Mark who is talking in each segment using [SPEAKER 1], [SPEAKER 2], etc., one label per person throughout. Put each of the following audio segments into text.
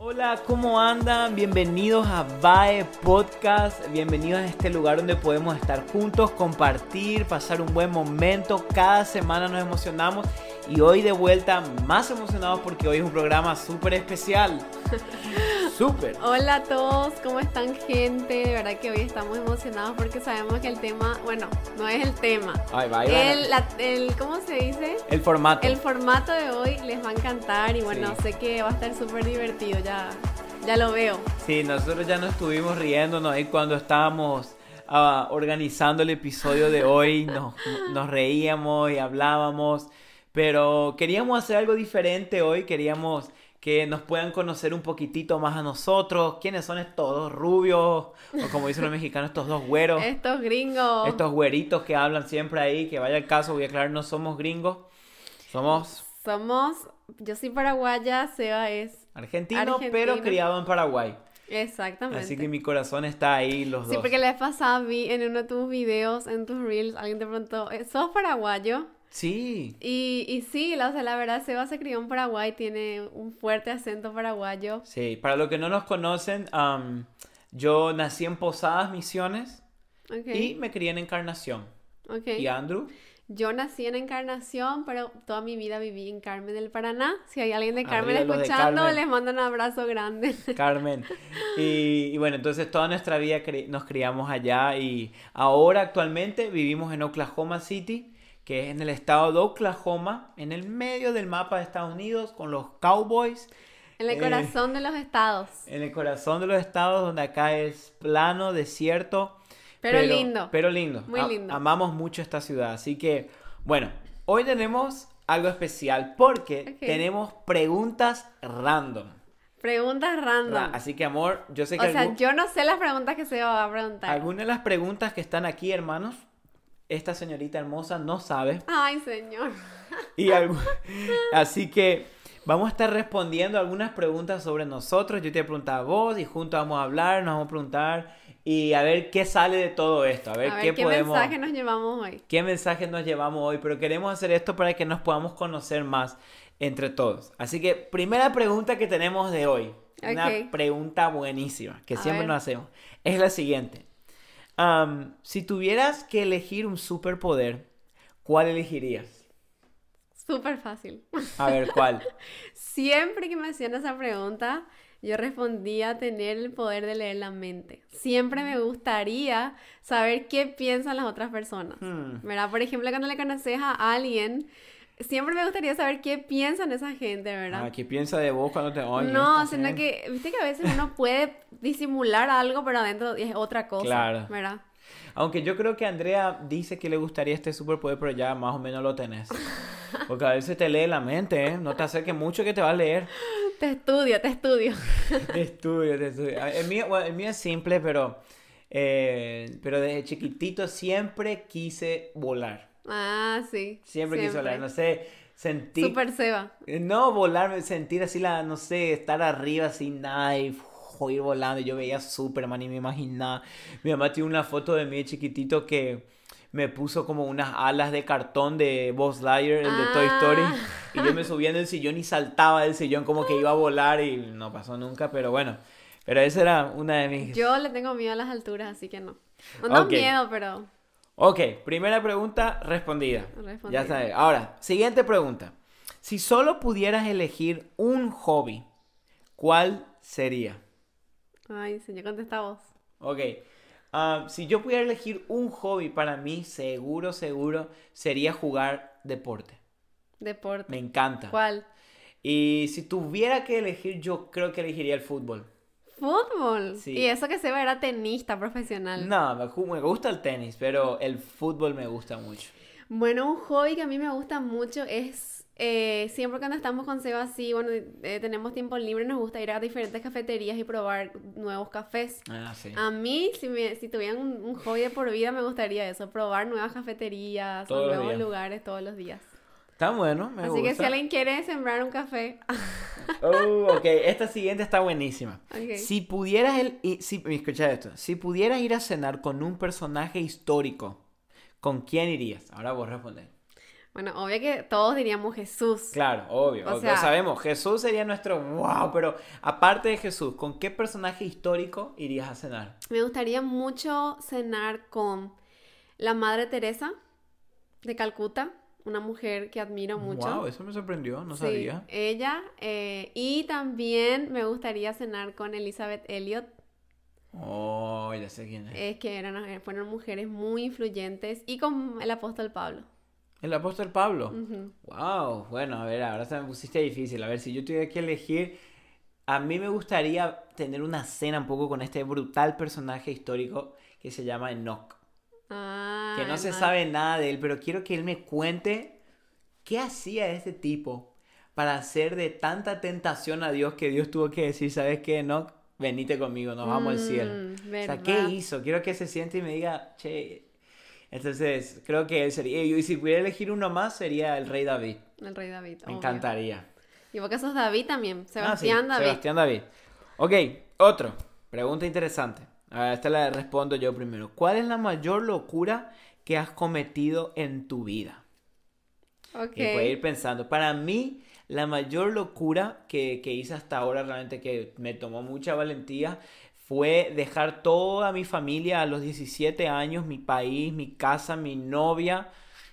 [SPEAKER 1] Hola, ¿cómo andan? Bienvenidos a VAE Podcast, bienvenidos a este lugar donde podemos estar juntos, compartir, pasar un buen momento. Cada semana nos emocionamos y hoy de vuelta más emocionados porque hoy es un programa súper especial. Súper.
[SPEAKER 2] Hola a todos, ¿cómo están gente? De verdad que hoy estamos emocionados porque sabemos que el tema, bueno, no es el tema.
[SPEAKER 1] Ay, va, ahí va.
[SPEAKER 2] El, la- el- ¿Cómo se dice?
[SPEAKER 1] El formato.
[SPEAKER 2] El formato de hoy les va a encantar y bueno,
[SPEAKER 1] Sí.
[SPEAKER 2] sé que va a estar súper divertido, ya, ya lo veo.
[SPEAKER 1] Sí, nosotros ya nos estuvimos riéndonos ahí cuando estábamos ah, organizando el episodio de hoy, nos, nos reíamos y hablábamos, pero queríamos hacer algo diferente hoy, queríamos que nos puedan conocer un poquitito más a nosotros, quiénes son estos dos rubios, o como dicen los mexicanos, estos dos güeros,
[SPEAKER 2] Estos gringos.
[SPEAKER 1] estos güeritos que hablan siempre ahí, que vaya el caso, voy a aclarar, no somos gringos, somos
[SPEAKER 2] Somos, yo soy paraguaya, Seba es.
[SPEAKER 1] argentinos, pero
[SPEAKER 2] Argentino.
[SPEAKER 1] criados en Paraguay.
[SPEAKER 2] Exactamente.
[SPEAKER 1] Así que mi corazón está ahí los
[SPEAKER 2] Sí,
[SPEAKER 1] dos.
[SPEAKER 2] porque la vez pasada vi en uno de tus videos, en tus reels, alguien te preguntó, "Eh, ¿sos paraguayo?
[SPEAKER 1] Sí.
[SPEAKER 2] Y, y sí, la, o sea, la verdad, Seba se crió en Paraguay, tiene un fuerte acento paraguayo.
[SPEAKER 1] Sí, para los que no nos conocen, am, yo nací en Posadas Misiones
[SPEAKER 2] Ok,
[SPEAKER 1] y me crié en Encarnación.
[SPEAKER 2] ok.
[SPEAKER 1] ¿Y Andrew?
[SPEAKER 2] Yo nací en Encarnación, pero toda mi vida viví en Carmen del Paraná. Si hay alguien de Carmen
[SPEAKER 1] Arriba Ah, los de
[SPEAKER 2] escuchando,
[SPEAKER 1] Carmen.
[SPEAKER 2] les mando un abrazo grande.
[SPEAKER 1] Carmen. Y, y bueno, entonces toda nuestra vida cri- nos criamos allá y ahora actualmente vivimos en Oklahoma City, que es en el estado de Oklahoma, en el medio del mapa de Estados Unidos, con los Cowboys,
[SPEAKER 2] En el
[SPEAKER 1] Eh.
[SPEAKER 2] corazón de los estados.
[SPEAKER 1] en el corazón de los estados, donde acá es plano, desierto.
[SPEAKER 2] Pero lindo.
[SPEAKER 1] Pero lindo.
[SPEAKER 2] Muy
[SPEAKER 1] A-
[SPEAKER 2] lindo.
[SPEAKER 1] amamos mucho esta ciudad. Así que, bueno, hoy tenemos algo especial porque
[SPEAKER 2] Ok.
[SPEAKER 1] tenemos preguntas random.
[SPEAKER 2] Preguntas random.
[SPEAKER 1] Ra- Ah, Así que, amor, yo sé
[SPEAKER 2] o
[SPEAKER 1] que
[SPEAKER 2] sea,
[SPEAKER 1] algún-
[SPEAKER 2] yo no sé las preguntas que Seba va a preguntar.
[SPEAKER 1] algunas de las preguntas que están aquí, hermanos, esta señorita hermosa no sabe.
[SPEAKER 2] Ay, señor.
[SPEAKER 1] Y algu- Así que vamos a estar respondiendo algunas preguntas sobre nosotros. Yo te he preguntado a vos y juntos vamos a hablar, nos vamos a preguntar y a ver qué sale de todo esto. A ver,
[SPEAKER 2] A ver, ¿qué,
[SPEAKER 1] podemos...
[SPEAKER 2] mensaje nos llevamos hoy?
[SPEAKER 1] qué mensaje nos llevamos hoy, pero queremos hacer esto para que nos podamos conocer más entre todos. Así que primera pregunta que tenemos de hoy, una
[SPEAKER 2] Ok.
[SPEAKER 1] pregunta buenísima que
[SPEAKER 2] A
[SPEAKER 1] siempre
[SPEAKER 2] ver.
[SPEAKER 1] nos hacemos, es la siguiente. Am, si tuvieras que elegir un superpoder, ¿cuál elegirías?
[SPEAKER 2] Súper fácil.
[SPEAKER 1] A ver, ¿cuál?
[SPEAKER 2] Siempre que me hacían esa pregunta, yo respondía tener el poder de leer la mente. Siempre me gustaría saber qué piensan las otras personas.
[SPEAKER 1] Hmm.
[SPEAKER 2] ¿Verdad? Por ejemplo, cuando le conoces a alguien, siempre me gustaría saber qué piensan esa gente,
[SPEAKER 1] Ah,
[SPEAKER 2] ¿verdad?
[SPEAKER 1] ¿Qué piensa de vos cuando te oyen?
[SPEAKER 2] no, sino que, viste que a veces uno puede disimular algo, pero adentro es otra cosa,
[SPEAKER 1] Claro.
[SPEAKER 2] ¿verdad?
[SPEAKER 1] Aunque yo creo que Andrea dice que le gustaría este superpoder, pero ya más o menos lo tenés. Porque a veces te lee la mente, ¿eh? No te acerques mucho que te va a leer.
[SPEAKER 2] Te estudio, te estudio.
[SPEAKER 1] De estudio, de estudio. A- El mío, bueno, el mío es simple, pero, eh, pero desde chiquitito siempre quise volar.
[SPEAKER 2] Ah, sí.
[SPEAKER 1] Siempre, quise volar. No sé, sentí.
[SPEAKER 2] Super Seba.
[SPEAKER 1] eh, No volar, sentir así la, no sé, estar arriba sin nada y fu- ir volando. Yo veía Superman y me imaginaba. Mi mamá tiene una foto de mí de chiquitito que me puso como unas alas de cartón de Buzz Lightyear, el de Toy Story.
[SPEAKER 2] Ah.
[SPEAKER 1] Y yo me subía en el sillón y saltaba del sillón como que iba a volar y no pasó nunca, pero bueno. Pero esa era una de mis...
[SPEAKER 2] Yo le tengo miedo a las alturas, así que no. No, no
[SPEAKER 1] Ok.
[SPEAKER 2] miedo, pero
[SPEAKER 1] Ok, primera pregunta respondida.
[SPEAKER 2] Respondida.
[SPEAKER 1] Ya sabes. Ahora, siguiente pregunta. Si solo pudieras elegir un hobby, ¿cuál sería?
[SPEAKER 2] Ay, señor, contesta vos.
[SPEAKER 1] Ok. ah, si yo pudiera elegir un hobby para mí, seguro, seguro, sería jugar deporte.
[SPEAKER 2] Deporte.
[SPEAKER 1] Me encanta.
[SPEAKER 2] ¿Cuál?
[SPEAKER 1] Y si tuviera que elegir, yo creo que elegiría el fútbol.
[SPEAKER 2] Fútbol.
[SPEAKER 1] Sí.
[SPEAKER 2] Y eso que se era tenista profesional.
[SPEAKER 1] No, me ju- me gusta el tenis, pero el fútbol me gusta mucho.
[SPEAKER 2] Bueno, un hobby que a mí me gusta mucho es eh, siempre cuando estamos con Seba así, bueno, eh, tenemos tiempo libre, nos gusta ir a diferentes cafeterías y probar nuevos cafés.
[SPEAKER 1] Ah, sí.
[SPEAKER 2] A mí, si, me, si tuvieran un, un hobby de por vida, me gustaría eso, probar nuevas cafeterías, o
[SPEAKER 1] Todos los
[SPEAKER 2] nuevos
[SPEAKER 1] días.
[SPEAKER 2] lugares todos los días.
[SPEAKER 1] Está bueno, me
[SPEAKER 2] así
[SPEAKER 1] gusta.
[SPEAKER 2] que si alguien quiere sembrar un café,
[SPEAKER 1] Oh, ok, esta siguiente está buenísima.
[SPEAKER 2] Ok.
[SPEAKER 1] Si pudieras el, y- si, escucha esto, si pudieras ir a cenar con un personaje histórico, ¿con quién irías? Ahora vos respondes.
[SPEAKER 2] Bueno, obvio que todos diríamos Jesús.
[SPEAKER 1] Claro, obvio,
[SPEAKER 2] O
[SPEAKER 1] obvio,
[SPEAKER 2] sea-
[SPEAKER 1] sabemos, Jesús sería nuestro wow, pero aparte de Jesús, ¿con qué personaje histórico irías a cenar?
[SPEAKER 2] Me gustaría mucho cenar con la Madre Teresa de Calcuta, una mujer que admiro mucho.
[SPEAKER 1] Wow, eso me sorprendió, no
[SPEAKER 2] Sí,
[SPEAKER 1] sabía.
[SPEAKER 2] Ella. eh, y también me gustaría cenar con Elizabeth Elliot.
[SPEAKER 1] Oh, ya sé quién es.
[SPEAKER 2] Es que eran, fueron mujeres muy influyentes. Y con el apóstol Pablo.
[SPEAKER 1] El apóstol Pablo.
[SPEAKER 2] Ujú.
[SPEAKER 1] Wow, bueno, a ver, ahora se me pusiste difícil. A ver, si yo tuviera que elegir, a mí me gustaría tener una cena un poco con este brutal personaje histórico que se llama Enoch.
[SPEAKER 2] Ah,
[SPEAKER 1] Que no se
[SPEAKER 2] Hernán.
[SPEAKER 1] sabe nada de él, pero quiero que él me cuente qué hacía este tipo para hacer de tanta tentación a Dios que Dios tuvo que decir, ¿sabes qué, Enoch? Venite conmigo, nos vamos al cielo.
[SPEAKER 2] Mm,
[SPEAKER 1] O sea,
[SPEAKER 2] ¿verdad?
[SPEAKER 1] ¿qué hizo? Quiero que se siente y me diga, che. Entonces, creo que él sería. Y si pudiera elegir uno más, sería el rey David.
[SPEAKER 2] El rey David.
[SPEAKER 1] Me
[SPEAKER 2] obvio.
[SPEAKER 1] encantaría.
[SPEAKER 2] Y vos que sos David también.
[SPEAKER 1] Ah, sí,
[SPEAKER 2] Sebastián David.
[SPEAKER 1] Sebastián David. Ok, otro. Pregunta interesante. A ver, esta la respondo yo primero. ¿Cuál es la mayor locura que has cometido en tu vida?
[SPEAKER 2] Ok.
[SPEAKER 1] Y puedes ir pensando. Para mí, la mayor locura que, que hice hasta ahora, realmente que me tomó mucha valentía, fue dejar toda mi familia a los 17 años, mi país, mi casa, mi novia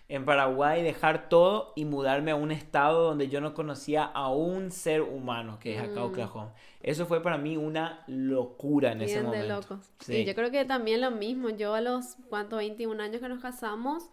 [SPEAKER 1] en Paraguay, dejar todo y mudarme a un estado donde yo no conocía a un ser humano, que es acá
[SPEAKER 2] Mm.
[SPEAKER 1] Oklahoma. Eso fue para mí una locura en ese
[SPEAKER 2] Bien de
[SPEAKER 1] momento.
[SPEAKER 2] locos.
[SPEAKER 1] Sí.
[SPEAKER 2] Y yo creo que también lo mismo. Yo a los, ¿cuánto? 21 años que nos casamos,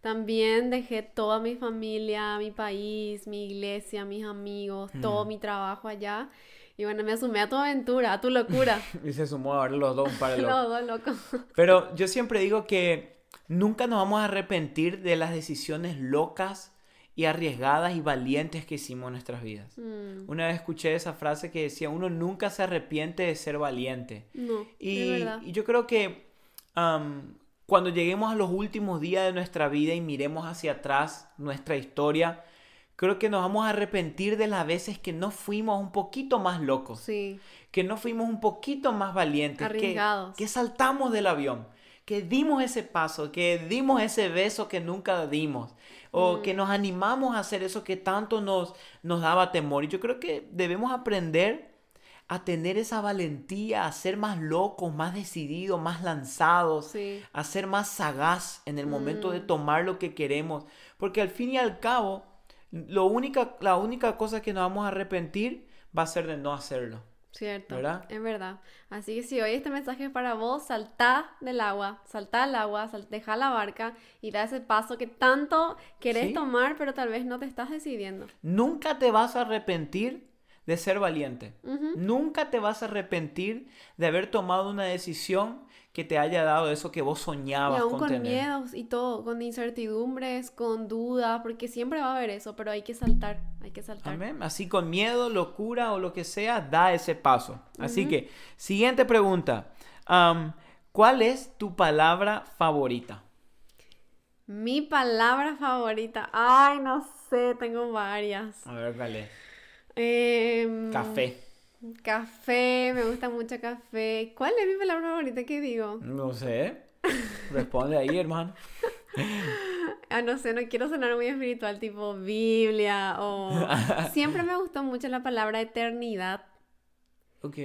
[SPEAKER 2] también dejé toda mi familia, mi país, mi iglesia, mis amigos, todo
[SPEAKER 1] Mm.
[SPEAKER 2] mi trabajo allá. Y bueno, me asumí a tu aventura, a tu locura.
[SPEAKER 1] Y se sumó ahora los dos, un par de locos.
[SPEAKER 2] Los dos locos.
[SPEAKER 1] Pero yo siempre digo que nunca nos vamos a arrepentir de las decisiones locas y arriesgadas y valientes que hicimos en nuestras vidas.
[SPEAKER 2] Mm,
[SPEAKER 1] Una vez escuché esa frase que decía, uno nunca se arrepiente de ser valiente.
[SPEAKER 2] No, de
[SPEAKER 1] Y,
[SPEAKER 2] verdad.
[SPEAKER 1] y yo creo que am, cuando lleguemos a los últimos días de nuestra vida y miremos hacia atrás nuestra historia, creo que nos vamos a arrepentir de las veces que no fuimos un poquito más locos
[SPEAKER 2] Sí,
[SPEAKER 1] que no fuimos un poquito más valientes, que,
[SPEAKER 2] Arriesgados.
[SPEAKER 1] que saltamos del avión, que dimos ese paso, que dimos ese beso que nunca dimos,
[SPEAKER 2] Mm.
[SPEAKER 1] o que nos animamos a hacer eso que tanto nos, nos daba temor. Y yo creo que debemos aprender a tener esa valentía, a ser más locos, más decididos, más lanzados,
[SPEAKER 2] sí. Mm.
[SPEAKER 1] a ser más sagaz en el momento de tomar lo que queremos. Porque al fin y al cabo, lo única, la única cosa que nos vamos a arrepentir va a ser de no hacerlo.
[SPEAKER 2] Cierto,
[SPEAKER 1] ¿Verdad?
[SPEAKER 2] es verdad. Así que si hoy este mensaje es para vos, saltá del agua, saltá al agua, sal, dejá la barca y da ese paso que tanto querés
[SPEAKER 1] Sí.
[SPEAKER 2] tomar, pero tal vez no te estás decidiendo.
[SPEAKER 1] Nunca te vas a arrepentir de ser valiente.
[SPEAKER 2] Ujú.
[SPEAKER 1] Nunca te vas a arrepentir de haber tomado una decisión que te haya dado eso que vos
[SPEAKER 2] Y
[SPEAKER 1] soñabas Ah,
[SPEAKER 2] aún
[SPEAKER 1] con
[SPEAKER 2] con
[SPEAKER 1] tener.
[SPEAKER 2] miedos y todo, con incertidumbres, con dudas, porque siempre va a haber eso, pero hay que saltar, hay que saltar.
[SPEAKER 1] Amén. Así con miedo, locura o lo que sea, da ese paso. Así que, siguiente pregunta. Am, ¿Cuál es tu palabra favorita?
[SPEAKER 2] Mi palabra favorita, ay, no sé, tengo varias.
[SPEAKER 1] A ver, cuál es.
[SPEAKER 2] Em,
[SPEAKER 1] Café.
[SPEAKER 2] Café, me gusta mucho café. ¿Cuál es mi palabra favorita que digo?
[SPEAKER 1] No sé. Responde ahí, hermano.
[SPEAKER 2] Ah, no sé, no quiero sonar muy espiritual, tipo Biblia o... Siempre me gustó mucho la palabra eternidad.
[SPEAKER 1] Ok.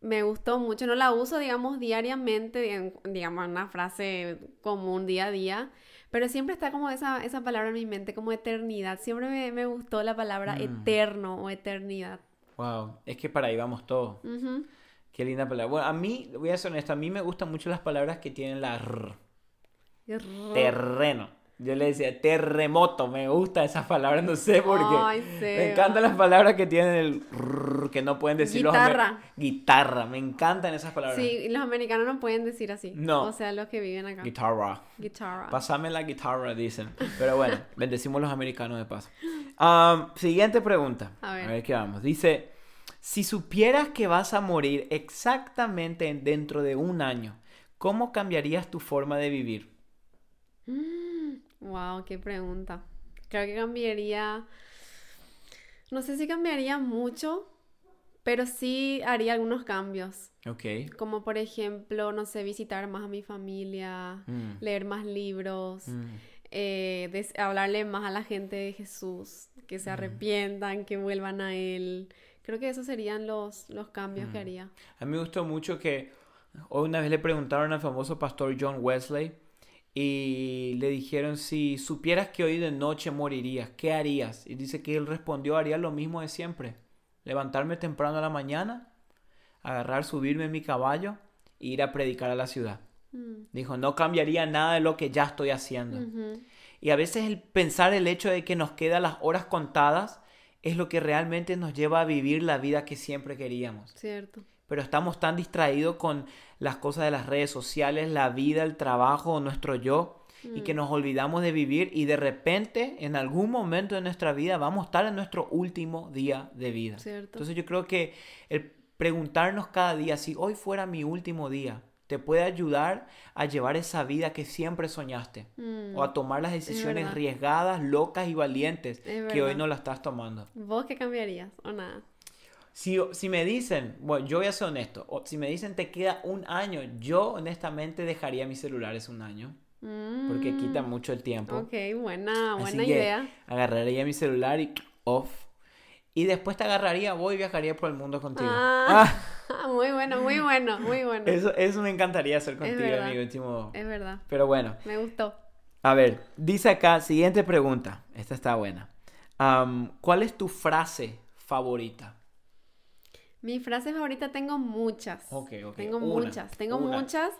[SPEAKER 2] Me gustó mucho, no la uso, digamos, diariamente, dig- digamos, en una frase común día a día, pero siempre está como esa, esa palabra en mi mente, como eternidad. Siempre me, me gustó la palabra
[SPEAKER 1] Mm.
[SPEAKER 2] eterno o eternidad.
[SPEAKER 1] Wow. Es que para ahí vamos todos.
[SPEAKER 2] Ujú.
[SPEAKER 1] Qué linda palabra. Bueno, a mí, voy a ser honesto, a mí me gustan mucho las palabras que tienen la R.
[SPEAKER 2] Mm.
[SPEAKER 1] Terreno. Yo le decía terremoto, me gusta esas palabras, no sé por qué.
[SPEAKER 2] Ay,
[SPEAKER 1] me
[SPEAKER 2] Seba.
[SPEAKER 1] encantan las palabras que tienen el R, que no pueden decir los amer-
[SPEAKER 2] Guitarra.
[SPEAKER 1] Guitarra, me encantan esas palabras.
[SPEAKER 2] Sí, y los americanos no pueden decir así.
[SPEAKER 1] No.
[SPEAKER 2] O sea, los que viven acá.
[SPEAKER 1] Guitarra.
[SPEAKER 2] Guitarra.
[SPEAKER 1] Pásame la guitarra, dicen. Pero bueno, bendecimos los americanos de paso. Am, siguiente pregunta.
[SPEAKER 2] A ver.
[SPEAKER 1] qué vamos. Dice, si supieras que vas a morir exactamente dentro de un año, ¿cómo cambiarías tu forma de vivir?
[SPEAKER 2] Wow, Mm. qué pregunta. Creo que cambiaría. No sé si cambiaría mucho, pero sí haría algunos cambios.
[SPEAKER 1] Ok.
[SPEAKER 2] Como por ejemplo, no sé, visitar más a mi familia,
[SPEAKER 1] Mm,
[SPEAKER 2] leer más libros,
[SPEAKER 1] mm.
[SPEAKER 2] eh, des- hablarle más a la gente de Jesús, que se
[SPEAKER 1] Ujú.
[SPEAKER 2] arrepientan, que vuelvan a Él. Creo que esos serían los, los cambios que
[SPEAKER 1] Ujú.
[SPEAKER 2] haría.
[SPEAKER 1] A mí me gustó mucho que hoy una vez le preguntaron al famoso pastor John Wesley y le dijeron si supieras que hoy de noche morirías, ¿qué harías? Y dice que él respondió, haría lo mismo de siempre. Levantarme temprano a la mañana, agarrar, subirme en mi caballo e ir a predicar a la ciudad.
[SPEAKER 2] Mm.
[SPEAKER 1] Dijo, no cambiaría nada de lo que ya estoy haciendo.
[SPEAKER 2] Ujú.
[SPEAKER 1] Y a veces el pensar el hecho de que nos quedan las horas contadas es lo que realmente nos lleva a vivir la vida que siempre queríamos
[SPEAKER 2] Cierto.
[SPEAKER 1] pero estamos tan distraídos con las cosas de las redes sociales, la vida, el trabajo, nuestro yo, y que
[SPEAKER 2] Mm.
[SPEAKER 1] nos olvidamos de vivir y de repente, en algún momento de nuestra vida, vamos a estar en nuestro último día de vida.
[SPEAKER 2] Mm, Cierto.
[SPEAKER 1] Entonces yo creo que el preguntarnos cada día, si hoy fuera mi último día, te puede ayudar a llevar esa vida que siempre soñaste,
[SPEAKER 2] Mm.
[SPEAKER 1] o a tomar las decisiones
[SPEAKER 2] verdad.
[SPEAKER 1] arriesgadas, locas y valientes
[SPEAKER 2] Es
[SPEAKER 1] que hoy
[SPEAKER 2] verdad.
[SPEAKER 1] no las estás tomando.
[SPEAKER 2] ¿Vos qué cambiarías? ¿O nada?
[SPEAKER 1] Si, si me dicen, bueno, yo voy a ser honesto, o si me dicen te queda un año, yo honestamente dejaría mis celulares un año, porque
[SPEAKER 2] Mm.
[SPEAKER 1] quita mucho el tiempo.
[SPEAKER 2] Ok, buena,
[SPEAKER 1] Así
[SPEAKER 2] buena
[SPEAKER 1] que-
[SPEAKER 2] idea.
[SPEAKER 1] Agarraría mi celular y off. Y después te agarraría, voy y viajaría por el mundo contigo.
[SPEAKER 2] Ah, muy bueno, muy bueno, muy bueno. Es,
[SPEAKER 1] eso, eso me encantaría hacer contigo en
[SPEAKER 2] verdad.
[SPEAKER 1] mi último...
[SPEAKER 2] verdad,
[SPEAKER 1] Pero bueno,
[SPEAKER 2] me gustó.
[SPEAKER 1] a ver, dice acá, siguiente pregunta, esta está buena. Am, ¿Cuál es tu frase favorita?
[SPEAKER 2] Mi frase favorita tengo muchas.
[SPEAKER 1] Ok, ok,
[SPEAKER 2] Tengo
[SPEAKER 1] una,
[SPEAKER 2] muchas, tengo
[SPEAKER 1] una.
[SPEAKER 2] muchas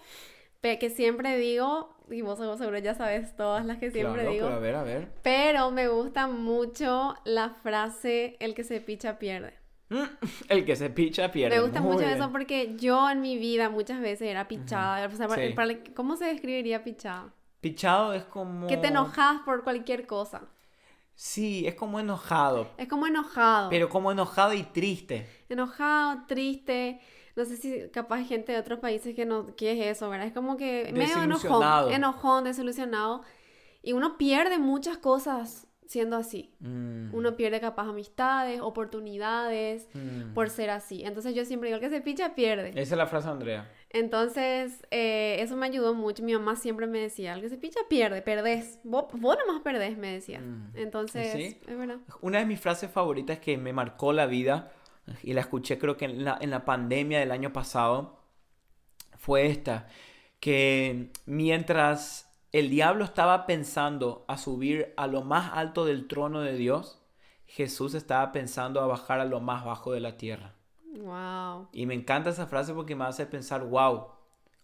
[SPEAKER 2] pe- que siempre digo, y vos vos seguro ya sabes todas las que siempre
[SPEAKER 1] Claro,
[SPEAKER 2] digo.
[SPEAKER 1] pero a ver, a ver.
[SPEAKER 2] Pero me gusta mucho la frase el que se picha pierde.
[SPEAKER 1] El que se picha pierde.
[SPEAKER 2] Me gusta
[SPEAKER 1] Muy
[SPEAKER 2] mucho
[SPEAKER 1] bien.
[SPEAKER 2] eso porque yo en mi vida muchas veces era pichada. o sea, para-
[SPEAKER 1] Sí.
[SPEAKER 2] para- ¿Cómo se describiría pichada?
[SPEAKER 1] Pichado es como.
[SPEAKER 2] Que te enojas por cualquier cosa.
[SPEAKER 1] Sí, es como enojado.
[SPEAKER 2] Es como enojado.
[SPEAKER 1] Pero como enojado y triste.
[SPEAKER 2] enojado, triste. No sé si capaz hay gente de otros países que no, que es eso, ¿verdad? Es como que medio
[SPEAKER 1] Desilusionado.
[SPEAKER 2] enojón, enojón, desilusionado. Y uno pierde muchas cosas siendo así.
[SPEAKER 1] Mm,
[SPEAKER 2] Uno pierde capaz amistades, oportunidades
[SPEAKER 1] mm.
[SPEAKER 2] por ser así. Entonces yo siempre digo, el que se picha pierde.
[SPEAKER 1] Esa es la frase, de Andrea.
[SPEAKER 2] Entonces eh, eso me ayudó mucho. Mi mamá siempre me decía, el que se picha pierde, perdés. Vos, vos nomás perdés, me decía.
[SPEAKER 1] Mm.
[SPEAKER 2] Entonces,
[SPEAKER 1] ¿Sí?
[SPEAKER 2] es verdad.
[SPEAKER 1] Una de mis frases favoritas que me marcó la vida y la escuché creo que en la, en la pandemia del año pasado fue esta. Que mientras el diablo estaba pensando a subir a lo más alto del trono de Dios, Jesús estaba pensando a bajar a lo más bajo de la tierra.
[SPEAKER 2] Wow.
[SPEAKER 1] Y me encanta esa frase porque me hace pensar, wow,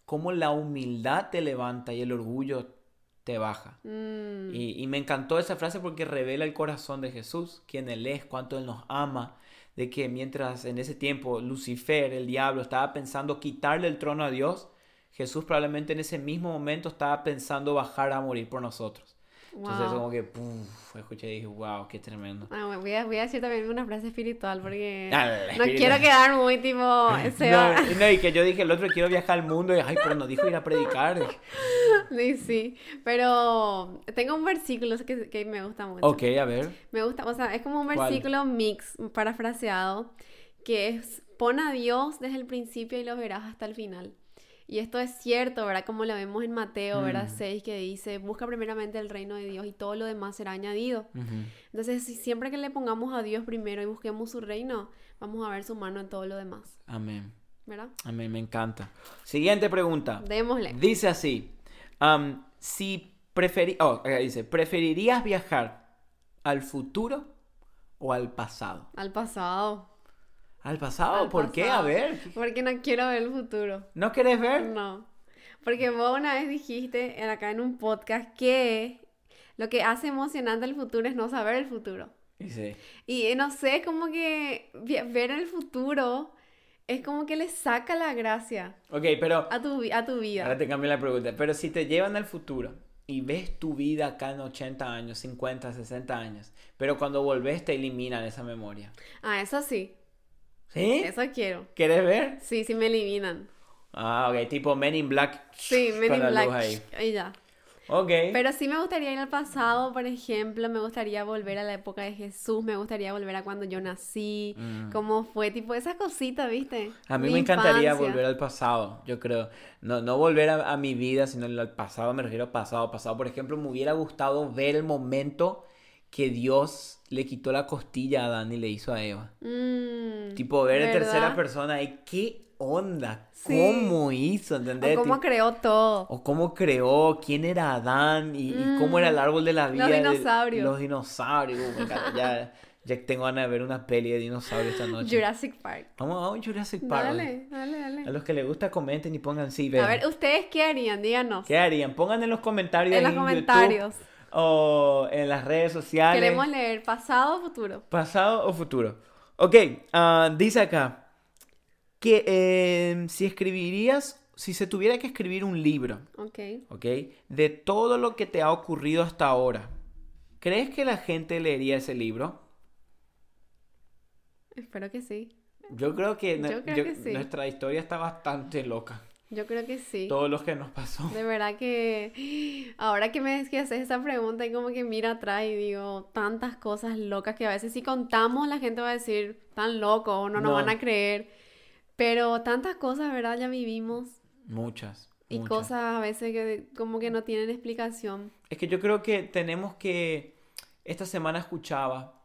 [SPEAKER 1] cómo la humildad te levanta y el orgullo te baja.
[SPEAKER 2] Mm.
[SPEAKER 1] Y, y me encantó esa frase porque revela el corazón de Jesús, quién Él es, cuánto Él nos ama, de que mientras en ese tiempo Lucifer, el diablo, estaba pensando quitarle el trono a Dios, Jesús probablemente en ese mismo momento estaba pensando bajar a morir por nosotros. Entonces
[SPEAKER 2] Wow.
[SPEAKER 1] como que, puf, escuché y dije, wow, qué tremendo.
[SPEAKER 2] Ah, bueno, voy, a, voy a decir también una frase espiritual porque
[SPEAKER 1] Dale,
[SPEAKER 2] no
[SPEAKER 1] espíritu.
[SPEAKER 2] quiero quedar muy tipo se
[SPEAKER 1] Ah,
[SPEAKER 2] va.
[SPEAKER 1] No, no, y que yo dije el otro quiero viajar al mundo y ay, pero nos dijo ir a predicar.
[SPEAKER 2] Sí, sí, pero tengo un versículo que, que me gusta mucho.
[SPEAKER 1] Ok, a ver.
[SPEAKER 2] Me gusta, o sea, es como un
[SPEAKER 1] ¿Cuál?
[SPEAKER 2] versículo mix, parafraseado, que es pon a Dios desde el principio y lo verás hasta el final. Y esto es cierto, ¿verdad? Como lo vemos en Mateo, ¿verdad?
[SPEAKER 1] Mm.
[SPEAKER 2] 6, que dice, busca primeramente el reino de Dios y todo lo demás será añadido. Entonces, si siempre que le pongamos a Dios primero y busquemos su reino, vamos a ver su mano en todo lo demás,
[SPEAKER 1] Amén.
[SPEAKER 2] ¿verdad?
[SPEAKER 1] Amén, me encanta. Siguiente pregunta.
[SPEAKER 2] Démosle.
[SPEAKER 1] Dice así. am, si preferi oh, acá dice, ¿preferirías viajar al futuro o al pasado?
[SPEAKER 2] Al pasado.
[SPEAKER 1] ¿Al pasado?
[SPEAKER 2] Al
[SPEAKER 1] ¿Por qué? A
[SPEAKER 2] pasado. Mm.
[SPEAKER 1] ver.
[SPEAKER 2] Porque no quiero ver el futuro.
[SPEAKER 1] ¿No querés ver?
[SPEAKER 2] No. Porque vos una vez dijiste en- acá en un podcast que lo que hace emocionante el futuro es no saber el futuro.
[SPEAKER 1] Dice,
[SPEAKER 2] Y eh, no sé, es como que vi- ver el futuro es como que le saca la gracia
[SPEAKER 1] ok, pero
[SPEAKER 2] a tu, vi- a tu
[SPEAKER 1] ahora
[SPEAKER 2] vida.
[SPEAKER 1] te cambio la pregunta. Pero si te llevan al futuro y ves tu vida acá en 80 años, 50, 60 años, pero cuando volvés te eliminan esa memoria.
[SPEAKER 2] Ah, eso sí.
[SPEAKER 1] ¿Sí?
[SPEAKER 2] Eso quiero.
[SPEAKER 1] ¿Querés ver?
[SPEAKER 2] Sí, sí me eliminan.
[SPEAKER 1] Ah, ok, tipo Men in Black.
[SPEAKER 2] Sí, Men
[SPEAKER 1] con
[SPEAKER 2] in
[SPEAKER 1] la luz
[SPEAKER 2] Black.
[SPEAKER 1] ahí.
[SPEAKER 2] Y ya.
[SPEAKER 1] Ok.
[SPEAKER 2] Pero sí me gustaría ir al pasado, por ejemplo, me gustaría volver a la época de Jesús, me gustaría volver a cuando yo nací,
[SPEAKER 1] Mm.
[SPEAKER 2] cómo fue, tipo esas cositas, ¿viste?
[SPEAKER 1] A mí
[SPEAKER 2] Mi
[SPEAKER 1] me encantaría
[SPEAKER 2] infancia.
[SPEAKER 1] volver al pasado, yo creo. No, no volver a, a mi vida, sino al pasado, me refiero a pasado, pasado. Por ejemplo, me hubiera gustado ver el momento que Dios le quitó la costilla a Adán y le hizo a Eva.
[SPEAKER 2] Mm,
[SPEAKER 1] Tipo, ver en tercera
[SPEAKER 2] ¿verdad?
[SPEAKER 1] persona y qué onda,
[SPEAKER 2] Sí.
[SPEAKER 1] cómo hizo, ¿entendés?
[SPEAKER 2] O cómo
[SPEAKER 1] Tipo,
[SPEAKER 2] creó todo.
[SPEAKER 1] o cómo creó, quién era Adán y, y cómo era el árbol de la
[SPEAKER 2] Mm,
[SPEAKER 1] vida.
[SPEAKER 2] los
[SPEAKER 1] de-
[SPEAKER 2] dinosaurios.
[SPEAKER 1] los dinosaurios. Uh, me encanta. ya, ya tengo ganas de ver una peli de dinosaurios esta noche.
[SPEAKER 2] Jurassic Park.
[SPEAKER 1] Vamos a un Jurassic Park.
[SPEAKER 2] Dale, dale, dale.
[SPEAKER 1] A los que les gusta, comenten y pongan sí, vean.
[SPEAKER 2] A ver, ¿ustedes qué harían? Díganos.
[SPEAKER 1] ¿Qué harían? Pongan en los comentarios.
[SPEAKER 2] en los
[SPEAKER 1] ahí YouTube
[SPEAKER 2] comentarios.
[SPEAKER 1] o en las redes sociales.
[SPEAKER 2] Queremos leer pasado o futuro.
[SPEAKER 1] Pasado o futuro. Ok, ah, dice acá que eh, si escribirías, si se tuviera que escribir un libro,
[SPEAKER 2] Ok.
[SPEAKER 1] ¿ok? De todo lo que te ha ocurrido hasta ahora, ¿crees que la gente leería ese libro?
[SPEAKER 2] Espero que sí.
[SPEAKER 1] Yo creo que, no-
[SPEAKER 2] Yo creo que sí.
[SPEAKER 1] nuestra historia está bastante loca.
[SPEAKER 2] Yo creo que sí.
[SPEAKER 1] Todo lo que nos pasó.
[SPEAKER 2] De verdad que ahora que me que haces esa pregunta y como que mira atrás y digo tantas cosas locas que a veces si contamos la gente va a decir tan loco o no nos
[SPEAKER 1] No.
[SPEAKER 2] van a creer. Pero tantas cosas, ¿verdad? Ya vivimos
[SPEAKER 1] Muchas.
[SPEAKER 2] y
[SPEAKER 1] muchas.
[SPEAKER 2] cosas a veces que como que no tienen explicación.
[SPEAKER 1] Es que yo creo que tenemos que. Esta semana escuchaba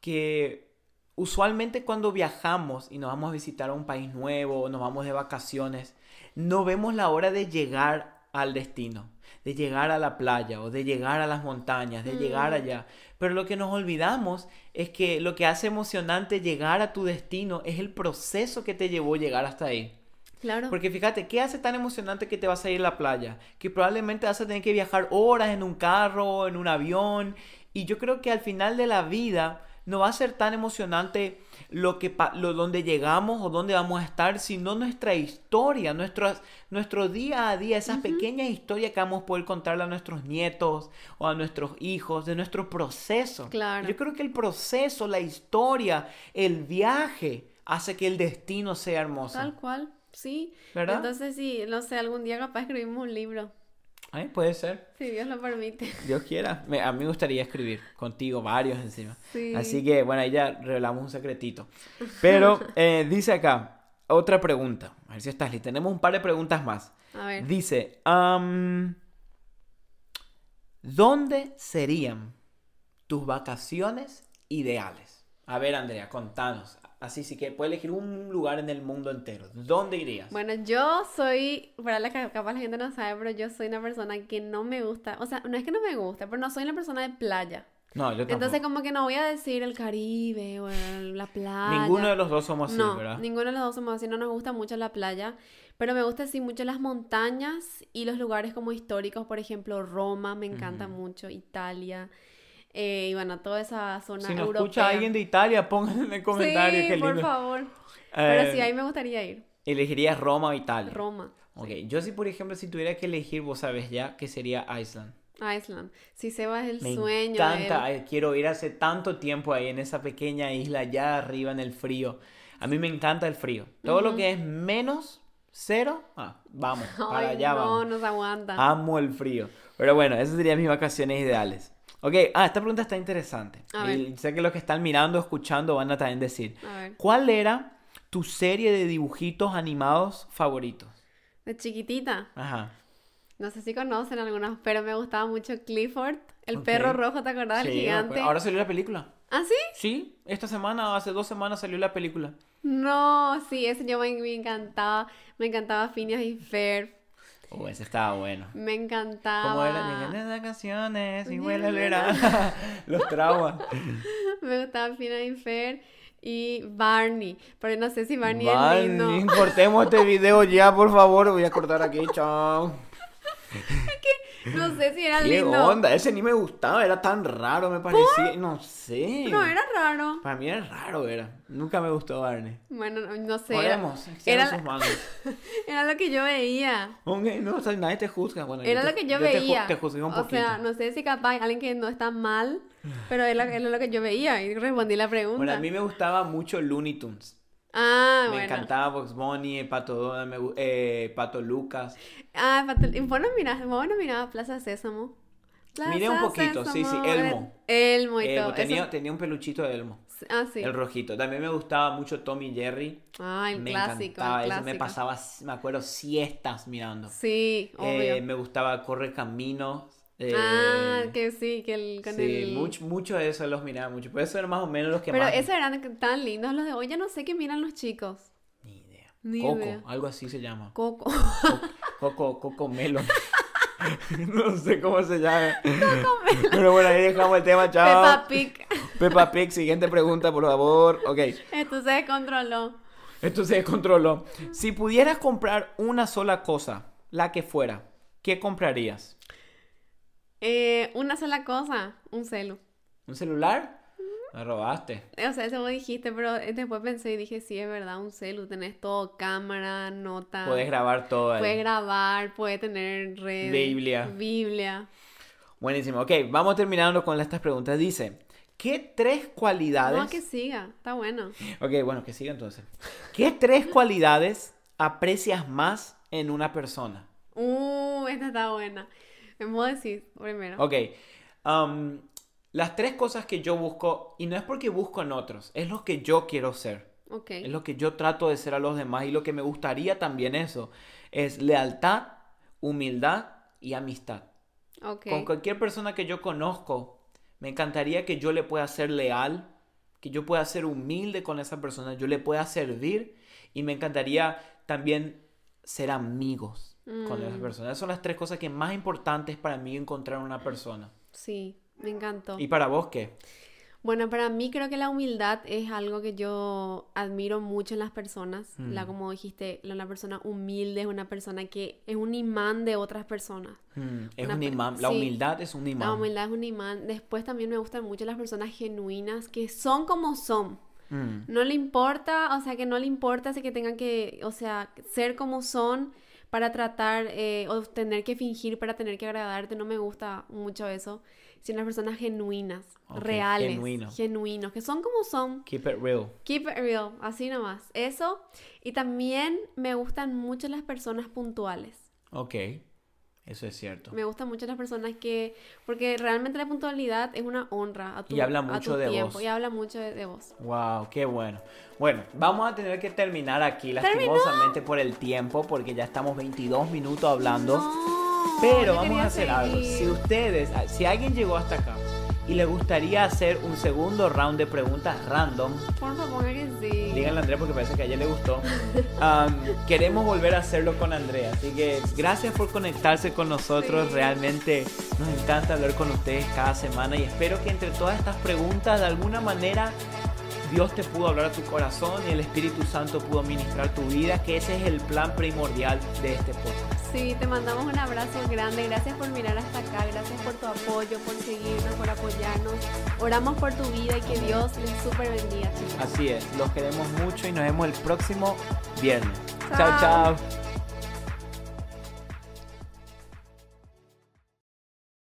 [SPEAKER 1] que usualmente cuando viajamos y nos vamos a visitar a un país nuevo o nos vamos de vacaciones, no vemos la hora de llegar al destino, de llegar a la playa o de llegar a las montañas, de llegar
[SPEAKER 2] Mm.
[SPEAKER 1] allá. Pero lo que nos olvidamos es que lo que hace emocionante llegar a tu destino es el proceso que te llevó llegar hasta ahí.
[SPEAKER 2] Claro.
[SPEAKER 1] Porque fíjate, ¿qué hace tan emocionante que te vas a ir a la playa? Que probablemente vas a tener que viajar horas en un carro, en un avión. Y yo creo que al final de la vida no va a ser tan emocionante lo que pa- lo donde llegamos o dónde vamos a estar, sino nuestra historia, nuestras, nuestro día a día, esas pequeñas historias que vamos a poder contarle a nuestros nietos o a nuestros hijos, de nuestro proceso.
[SPEAKER 2] Claro.
[SPEAKER 1] Yo creo que el proceso, la historia, el viaje hace que el destino sea hermoso.
[SPEAKER 2] Tal cual, sí.
[SPEAKER 1] ¿Verdad?
[SPEAKER 2] Entonces, sí, no sé, algún día capaz escribimos un libro,
[SPEAKER 1] Ay, puede ser.
[SPEAKER 2] si Dios lo permite.
[SPEAKER 1] Dios quiera. Me- a mí me gustaría escribir contigo varios encima.
[SPEAKER 2] Sí.
[SPEAKER 1] Así que, bueno, ahí ya revelamos un secretito. Pero eh, dice acá, otra pregunta. A ver si estás lista. Tenemos un par de preguntas más.
[SPEAKER 2] A ver,
[SPEAKER 1] Dice, am, ¿dónde serían tus vacaciones ideales? A ver, Andrea, contanos. Así sí que puedes elegir un lugar en el mundo entero. ¿Dónde irías?
[SPEAKER 2] bueno, yo soy, para la que capaz la gente no sabe, pero yo soy una persona que no me gusta, o sea, no es que no me gusta, pero no soy una persona de playa.
[SPEAKER 1] no, yo tampoco.
[SPEAKER 2] Entonces, como que no voy a decir el Caribe o el- la playa.
[SPEAKER 1] Ninguno de los dos somos así,
[SPEAKER 2] Ah, no,
[SPEAKER 1] ¿verdad?
[SPEAKER 2] ninguno de los dos somos así, no nos gusta mucho la playa, pero me gusta sí mucho las montañas y los lugares como históricos, por ejemplo, Roma, me encanta
[SPEAKER 1] Ujú.
[SPEAKER 2] mucho, Italia, eh, y bueno, toda esa zona
[SPEAKER 1] Si nos
[SPEAKER 2] europea.
[SPEAKER 1] escucha alguien de Italia, pongan en el comentario
[SPEAKER 2] sí,
[SPEAKER 1] qué lindo.
[SPEAKER 2] por favor.
[SPEAKER 1] Eh,
[SPEAKER 2] Pero sí, ahí me gustaría ir.
[SPEAKER 1] Elegirías Roma o Italia.
[SPEAKER 2] Roma,
[SPEAKER 1] Ok, yo sí, por ejemplo, si tuviera que elegir, vos sabes ya, que sería Iceland.
[SPEAKER 2] Iceland. Si Seba es el
[SPEAKER 1] Me
[SPEAKER 2] sueño.
[SPEAKER 1] encanta,
[SPEAKER 2] él-
[SPEAKER 1] ay, quiero ir hace tanto tiempo ahí en esa pequeña isla allá arriba en el frío. A mí me encanta el frío. Todo lo que es menos cero, ah, vamos, para
[SPEAKER 2] Ay,
[SPEAKER 1] allá
[SPEAKER 2] no,
[SPEAKER 1] vamos. Ah.
[SPEAKER 2] nos aguanta.
[SPEAKER 1] Amo el frío. Pero bueno, esas serían mis vacaciones ideales. Ok, ah, esta pregunta está interesante.
[SPEAKER 2] A ver.
[SPEAKER 1] Y sé que los que están mirando, escuchando, van a también decir.
[SPEAKER 2] A ver,
[SPEAKER 1] ¿Cuál era tu serie de dibujitos animados favoritos?
[SPEAKER 2] de chiquitita.
[SPEAKER 1] Ajá.
[SPEAKER 2] No sé si conocen algunos, pero me gustaba mucho Clifford, el
[SPEAKER 1] Ok.
[SPEAKER 2] perro rojo, ¿te acordás? el
[SPEAKER 1] Sí, me
[SPEAKER 2] gigante.
[SPEAKER 1] acuerdo. Ahora salió la película.
[SPEAKER 2] ¿Ah, sí?
[SPEAKER 1] Sí, esta semana, hace dos semanas salió la película.
[SPEAKER 2] No, sí, ese yo me, me encantaba. Me encantaba Phineas y Ferb.
[SPEAKER 1] Oh, ese estaba bueno.
[SPEAKER 2] Me encantaba.
[SPEAKER 1] ¿Cómo eran las canciones? Y huele el verano. Los traumas.
[SPEAKER 2] Me gustaba Phineas y Ferb y Barney. Pero no sé si Barney, es
[SPEAKER 1] Barney,
[SPEAKER 2] lindo.
[SPEAKER 1] cortemos este video ya, por favor. Voy a cortar aquí, chao.
[SPEAKER 2] No sé si era
[SPEAKER 1] ¿Qué
[SPEAKER 2] lindo.
[SPEAKER 1] onda? Ese ni me gustaba, era tan raro, me parecía. No sé.
[SPEAKER 2] No, era raro.
[SPEAKER 1] Para mí era raro, era. Nunca me gustó Barney.
[SPEAKER 2] Bueno, no- no sé. era-
[SPEAKER 1] Podemos,
[SPEAKER 2] era
[SPEAKER 1] sus manos.
[SPEAKER 2] Era lo que yo veía.
[SPEAKER 1] Ok, no, o sea, nadie te juzga. Bueno,
[SPEAKER 2] Era
[SPEAKER 1] te-
[SPEAKER 2] lo que yo
[SPEAKER 1] te ju-
[SPEAKER 2] veía.
[SPEAKER 1] Te, juzgué un
[SPEAKER 2] o
[SPEAKER 1] poquito.
[SPEAKER 2] sea, no sé si capaz alguien que no está mal, pero era, era lo que yo veía y respondí la pregunta.
[SPEAKER 1] bueno, a mí me gustaba mucho Looney Tunes.
[SPEAKER 2] Ah,
[SPEAKER 1] me
[SPEAKER 2] bueno.
[SPEAKER 1] encantaba Box Bunny, Pato Donald, me gu- eh, Pato Lucas.
[SPEAKER 2] Ah, Patel- y bueno, mira, bueno, mira, Plaza Sésamo. Plaza
[SPEAKER 1] Miré un poquito, sí, sí,
[SPEAKER 2] Sésamo,
[SPEAKER 1] Elmo.
[SPEAKER 2] eh, Elmo y
[SPEAKER 1] Elmo,
[SPEAKER 2] todo.
[SPEAKER 1] tenía,
[SPEAKER 2] eso-
[SPEAKER 1] tenía un peluchito de Elmo,
[SPEAKER 2] Ah, sí.
[SPEAKER 1] el rojito. También me gustaba mucho Tommy Jerry.
[SPEAKER 2] Ah, el
[SPEAKER 1] me
[SPEAKER 2] clásico,
[SPEAKER 1] encantaba,
[SPEAKER 2] el
[SPEAKER 1] eso me
[SPEAKER 2] clásico.
[SPEAKER 1] pasaba, me acuerdo, siestas mirando.
[SPEAKER 2] Sí, obvio.
[SPEAKER 1] Eh, me gustaba Corre Caminos. eh,
[SPEAKER 2] ah, que sí, que el con
[SPEAKER 1] sí,
[SPEAKER 2] el...
[SPEAKER 1] mucho, mucho de eso los miraba mucho. Pero eso eran más o menos los que
[SPEAKER 2] Pero
[SPEAKER 1] más.
[SPEAKER 2] esos eran tan lindos los de hoy, ya no sé qué miran los chicos.
[SPEAKER 1] Ni idea.
[SPEAKER 2] Ni
[SPEAKER 1] Coco,
[SPEAKER 2] idea.
[SPEAKER 1] algo así se llama.
[SPEAKER 2] Coco.
[SPEAKER 1] Coco, Coco Melon. no sé cómo se llama. Pero bueno, ahí dejamos el tema,
[SPEAKER 2] Peppa
[SPEAKER 1] chao.
[SPEAKER 2] Pig.
[SPEAKER 1] Peppa Pig, siguiente pregunta, por favor. Ok,
[SPEAKER 2] Esto se descontroló.
[SPEAKER 1] esto se descontroló. Si pudieras comprar una sola cosa, la que fuera, ¿qué comprarías?
[SPEAKER 2] Eh, una sola cosa, un celu.
[SPEAKER 1] ¿Un celular? Me robaste.
[SPEAKER 2] Eh, O sea, eso vos dijiste, pero eh, después pensé y dije, sí, es verdad, un celu, tenés todo, cámara, nota.
[SPEAKER 1] Podés grabar todo ahí.
[SPEAKER 2] Ah. Puedes grabar, puedes tener red.
[SPEAKER 1] Biblia.
[SPEAKER 2] Biblia.
[SPEAKER 1] Buenísimo. Ok, vamos terminando con estas preguntas. Dice, ¿qué tres cualidades...
[SPEAKER 2] No, que siga, está bueno.
[SPEAKER 1] Ok, bueno, que siga entonces. ¿Qué tres cualidades aprecias más en una persona?
[SPEAKER 2] Uh, esta está buena. Me puedo decir primero.
[SPEAKER 1] Ok. am, las tres cosas que yo busco, y no es porque busco en otros, es lo que yo quiero ser.
[SPEAKER 2] Ok.
[SPEAKER 1] Es lo que yo trato de ser a los demás y lo que me gustaría también eso. Es lealtad, humildad y amistad.
[SPEAKER 2] ok.
[SPEAKER 1] Con cualquier persona que yo conozco, me encantaría que yo le pueda ser leal, que yo pueda ser humilde con esa persona, yo le pueda servir y me encantaría también ser amigos con esa
[SPEAKER 2] Mm.
[SPEAKER 1] persona. Esas son las tres cosas que más importantes para mí encontrar en una persona.
[SPEAKER 2] Sí, me encantó.
[SPEAKER 1] ¿Y para vos qué?
[SPEAKER 2] Bueno, para mí creo que la humildad es algo que yo admiro mucho en las personas.
[SPEAKER 1] Mm.
[SPEAKER 2] La, como dijiste, la- una persona humilde es una persona que es un imán de otras personas.
[SPEAKER 1] Mm, es
[SPEAKER 2] Una
[SPEAKER 1] un
[SPEAKER 2] pe-
[SPEAKER 1] imán. La
[SPEAKER 2] sí.
[SPEAKER 1] humildad es un imán.
[SPEAKER 2] La humildad es un imán. Después también me gustan mucho las personas genuinas que son como son.
[SPEAKER 1] Mm,
[SPEAKER 2] No le importa, o sea, que no le importa si que tengan que, o sea, ser como son para tratar eh, o tener que fingir para tener que agradarte. No me gusta mucho eso. Sino las personas genuinas,
[SPEAKER 1] Ok,
[SPEAKER 2] reales,
[SPEAKER 1] genuino.
[SPEAKER 2] genuinos, que son como son.
[SPEAKER 1] Keep it real.
[SPEAKER 2] Keep it real, así nomás. Eso. Y también me gustan mucho las personas puntuales.
[SPEAKER 1] Ok. Eso es cierto.
[SPEAKER 2] Me gustan mucho las personas que, porque realmente la puntualidad es una honra a tu,
[SPEAKER 1] Y habla
[SPEAKER 2] a tu
[SPEAKER 1] mucho de
[SPEAKER 2] tiempo
[SPEAKER 1] vos.
[SPEAKER 2] y habla mucho de, de vos.
[SPEAKER 1] Wow, qué bueno. Bueno, vamos a tener que terminar aquí lastimosamente por el tiempo porque ya estamos 22 minutos hablando.
[SPEAKER 2] No, yo
[SPEAKER 1] Pero vamos
[SPEAKER 2] quería
[SPEAKER 1] a hacer algo. Si
[SPEAKER 2] seguir.
[SPEAKER 1] ustedes, si alguien llegó hasta acá y le gustaría hacer un segundo round de preguntas random,
[SPEAKER 2] Por favor, que sí.
[SPEAKER 1] díganle a Andrea porque parece que a ella le gustó. Am, queremos volver a hacerlo con Andrea. Así que gracias por conectarse con nosotros.
[SPEAKER 2] Sí.
[SPEAKER 1] Realmente nos encanta hablar con ustedes cada semana y espero que entre todas estas preguntas de alguna manera Dios te pudo hablar a tu corazón y el Espíritu Santo pudo ministrar tu vida, que ese es el plan primordial de este podcast.
[SPEAKER 2] Sí, te mandamos un abrazo grande. Gracias por mirar hasta acá. Gracias por tu apoyo, por seguirnos, por apoyarnos. Oramos por tu vida y que Dios les super bendiga. chicos.
[SPEAKER 1] Así es, los queremos mucho y nos vemos el próximo viernes. chao.
[SPEAKER 2] Chao.
[SPEAKER 1] chao.